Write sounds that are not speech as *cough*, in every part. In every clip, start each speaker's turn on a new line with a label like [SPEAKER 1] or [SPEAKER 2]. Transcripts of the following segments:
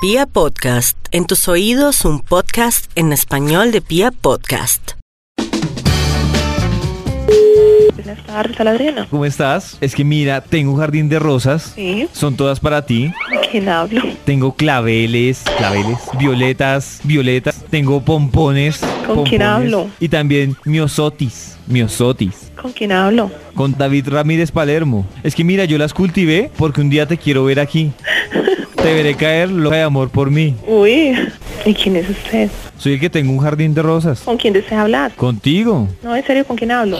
[SPEAKER 1] Pia Podcast, en tus oídos un podcast en español de Pia Podcast.
[SPEAKER 2] Buenas tardes, Adriana.
[SPEAKER 3] ¿Cómo estás? Es que mira, tengo un jardín de rosas.
[SPEAKER 2] Sí,
[SPEAKER 3] Son todas para ti.
[SPEAKER 2] ¿con quién hablo?
[SPEAKER 3] Tengo claveles, claveles, violetas, violetas. Tengo pompones.
[SPEAKER 2] ¿Con quién
[SPEAKER 3] pompones.
[SPEAKER 2] hablo?
[SPEAKER 3] Y también miosotis, miosotis.
[SPEAKER 2] ¿Con quién hablo?
[SPEAKER 3] Con David Ramírez Palermo. Es que mira, yo las cultivé porque un día te quiero ver aquí. Te veré caer loca de amor por mí.
[SPEAKER 2] Uy, ¿y quién es usted?
[SPEAKER 3] Soy el que tengo un jardín de rosas.
[SPEAKER 2] ¿Con quién desea hablar?
[SPEAKER 3] Contigo,
[SPEAKER 2] No, en serio, ¿con quién hablo?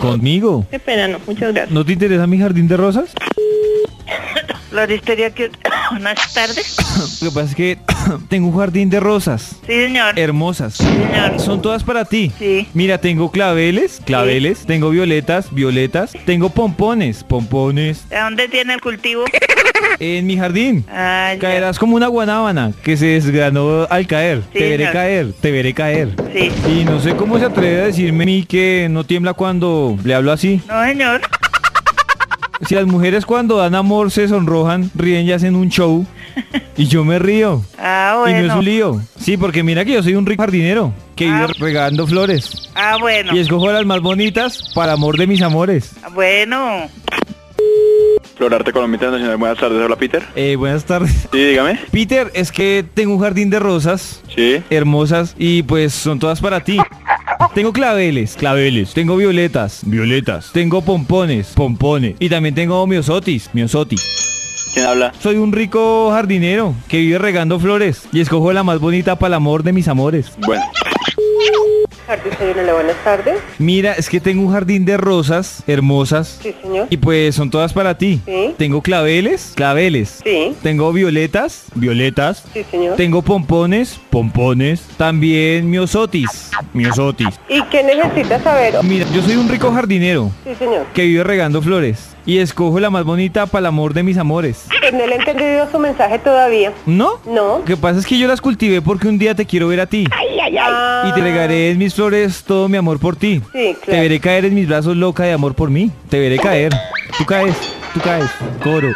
[SPEAKER 3] conmigo.
[SPEAKER 2] Qué pena, no, muchas gracias.
[SPEAKER 3] ¿No te interesa mi jardín de
[SPEAKER 4] *coughs*
[SPEAKER 3] rosas?
[SPEAKER 4] Floristería que *coughs* buenas tardes.
[SPEAKER 3] *coughs* Lo que pasa es que *coughs* tengo un jardín de rosas.
[SPEAKER 4] Sí, señor.
[SPEAKER 3] Hermosas.
[SPEAKER 4] señor.
[SPEAKER 3] Son todas para ti.
[SPEAKER 4] Sí.
[SPEAKER 3] Mira, tengo claveles, claveles, tengo violetas, violetas, tengo pompones, pompones
[SPEAKER 4] ¿A dónde tiene el cultivo?
[SPEAKER 3] en mi jardín.
[SPEAKER 4] Ah, ya.
[SPEAKER 3] Caerás como una guanábana que se desgranó al caer.
[SPEAKER 4] Sí,
[SPEAKER 3] te veré
[SPEAKER 4] señor.
[SPEAKER 3] caer, te veré caer.
[SPEAKER 4] Sí.
[SPEAKER 3] Y no sé cómo se atreve a decirme a mí que no tiembla cuando le hablo así.
[SPEAKER 4] No, señor.
[SPEAKER 3] Si las mujeres cuando dan amor se sonrojan, ríen y hacen un show. Y yo me río.
[SPEAKER 4] *laughs* Ah,
[SPEAKER 3] Y no es
[SPEAKER 4] bueno.
[SPEAKER 3] un lío. Sí, porque mira que yo soy un rico jardinero que vive
[SPEAKER 4] Ah.
[SPEAKER 3] regando flores.
[SPEAKER 4] Ah, bueno.
[SPEAKER 3] Y escojo las más bonitas para amor de mis amores.
[SPEAKER 4] Ah, Bueno.
[SPEAKER 5] Florarte Colombia Internacional, buenas tardes, hola Peter.
[SPEAKER 3] Eh, buenas tardes. *laughs*
[SPEAKER 5] Sí, dígame.
[SPEAKER 3] Peter, es que tengo un jardín de rosas
[SPEAKER 5] Sí.
[SPEAKER 3] hermosas y pues son todas para ti. Tengo claveles, claveles. Tengo violetas, violetas. Tengo pompones, pompones. Y también tengo miosotis, miosotis.
[SPEAKER 5] ¿Quién habla?
[SPEAKER 3] Soy un rico jardinero que vive regando flores y escojo la más bonita para el amor de mis amores.
[SPEAKER 5] Bueno,
[SPEAKER 2] Adriana, buenas tardes.
[SPEAKER 3] Mira, es que tengo un jardín de rosas hermosas
[SPEAKER 2] Sí, señor.
[SPEAKER 3] Y pues son todas para ti.
[SPEAKER 2] Sí.
[SPEAKER 3] Tengo claveles, claveles.
[SPEAKER 2] Sí,
[SPEAKER 3] Tengo violetas, violetas.
[SPEAKER 2] sí, señor.
[SPEAKER 3] Tengo pompones, pompones. También miosotis, miosotis.
[SPEAKER 2] ¿Y qué necesita saber?
[SPEAKER 3] Mira, yo soy un rico jardinero
[SPEAKER 2] Sí, señor.
[SPEAKER 3] que vive regando flores y escojo la más bonita para el amor de mis amores.
[SPEAKER 2] no le he entendido su mensaje todavía.
[SPEAKER 3] ¿No?
[SPEAKER 2] No.
[SPEAKER 3] Lo que pasa es que yo las cultivé porque un día te quiero ver a ti y te regaré en mis flores todo mi amor por ti.
[SPEAKER 2] Sí,
[SPEAKER 3] Te
[SPEAKER 2] claro.
[SPEAKER 3] veré caer en mis brazos loca de amor por mí. Te veré caer. Tú caes, tú caes. Coro.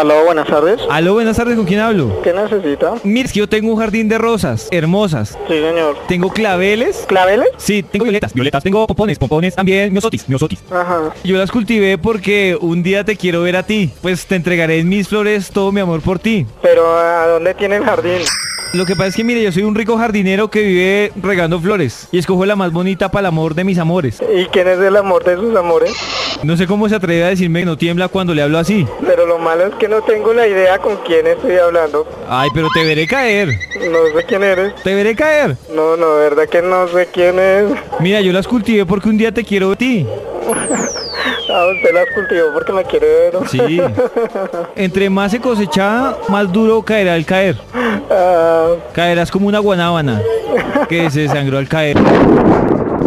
[SPEAKER 6] Aló, buenas tardes.
[SPEAKER 3] Aló, buenas tardes, ¿con quién hablo?
[SPEAKER 6] ¿Qué necesita?
[SPEAKER 3] Mira, es que yo tengo un jardín de rosas hermosas.
[SPEAKER 6] Sí, señor.
[SPEAKER 3] Tengo claveles.
[SPEAKER 6] ¿Claveles?
[SPEAKER 3] Sí, tengo violetas, violetas, tengo pompones, pompones también, miosotis, miosotis.
[SPEAKER 6] Ajá.
[SPEAKER 3] Yo las cultivé porque un día te quiero ver a ti. Pues te entregaré en mis flores todo mi amor por ti.
[SPEAKER 6] Pero ¿a dónde tiene el jardín?
[SPEAKER 3] Lo que pasa es que, mire, yo soy un rico jardinero que vive regando flores y escojo la más bonita para el amor de mis amores.
[SPEAKER 6] ¿Y quién es el amor de sus amores?
[SPEAKER 3] No sé cómo se atreve a decirme que no tiembla cuando le hablo así.
[SPEAKER 6] Pero lo malo es que no tengo la idea con quién estoy hablando.
[SPEAKER 3] Ay, pero te veré caer.
[SPEAKER 6] No sé quién eres.
[SPEAKER 3] Te veré caer.
[SPEAKER 6] No, no, de verdad que no sé quién es.
[SPEAKER 3] Mira, yo las cultivé porque un día te quiero ver a ti.
[SPEAKER 6] Ah, usted las cultivó porque me quiere ver.
[SPEAKER 3] Sí. Entre más se cosecha, más duro caerá el caer.
[SPEAKER 6] *laughs* Ah,
[SPEAKER 3] Caerás como una guanábana que se sangró al caer.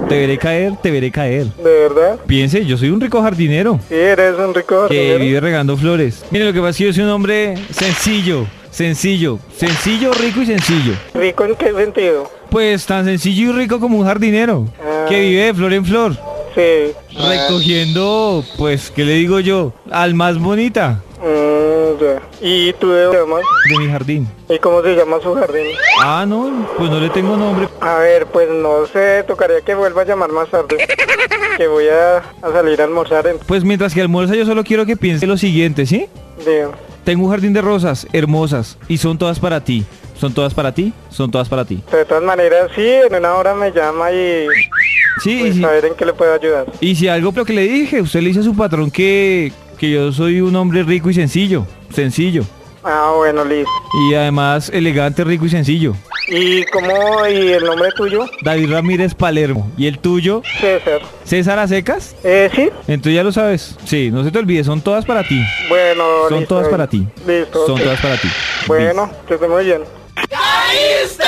[SPEAKER 3] Te veré caer, te veré caer.
[SPEAKER 6] ¿De verdad?
[SPEAKER 3] Piense, yo soy un rico jardinero
[SPEAKER 6] Sí, eres un rico
[SPEAKER 3] que
[SPEAKER 6] jardinero.
[SPEAKER 3] vive regando flores. Mire, lo que pasa es que yo soy un hombre sencillo, sencillo, sencillo, rico y sencillo.
[SPEAKER 6] ¿Rico en qué sentido?
[SPEAKER 3] Pues tan sencillo y rico como un jardinero que vive de flor en flor,
[SPEAKER 6] Sí.
[SPEAKER 3] Ah. recogiendo, pues, ¿qué le digo yo? Al más bonita
[SPEAKER 6] Mm, ya. ¿Y tú de dónde llamas?
[SPEAKER 3] de mi jardín.
[SPEAKER 6] ¿Y cómo se llama su jardín?
[SPEAKER 3] Ah, no, pues no le tengo nombre.
[SPEAKER 6] A ver, pues no sé, tocaría que vuelva a llamar más tarde. Que voy a, a salir a almorzar en...
[SPEAKER 3] Pues mientras que almuerza yo solo quiero que piense lo siguiente, ¿sí?
[SPEAKER 6] Digo,
[SPEAKER 3] Tengo un jardín de rosas hermosas y son todas para ti. Son todas para ti, son todas para ti.
[SPEAKER 6] de todas maneras, sí, en una hora me llama y
[SPEAKER 3] Sí, y
[SPEAKER 6] pues,
[SPEAKER 3] si,
[SPEAKER 6] a ver en qué le puedo ayudar.
[SPEAKER 3] y si algo pero que le dije, usted le dice a su patrón que, que yo soy un hombre rico y sencillo. Sencillo.
[SPEAKER 6] Ah, bueno, listo.
[SPEAKER 3] Y además elegante, rico y sencillo.
[SPEAKER 6] ¿Y cómo? ¿Y el nombre tuyo?
[SPEAKER 3] David Ramírez Palermo. ¿Y el tuyo?
[SPEAKER 6] César.
[SPEAKER 3] César Acecas.
[SPEAKER 6] Eh, sí.
[SPEAKER 3] Entonces ya lo sabes. Sí, no se te olvide, son todas para ti.
[SPEAKER 6] Bueno,
[SPEAKER 3] Son
[SPEAKER 6] listo,
[SPEAKER 3] todas
[SPEAKER 6] eh.
[SPEAKER 3] para ti.
[SPEAKER 6] Listo.
[SPEAKER 3] Son
[SPEAKER 6] ok.
[SPEAKER 3] todas para ti.
[SPEAKER 6] Bueno, que esté muy bien.
[SPEAKER 3] Listo.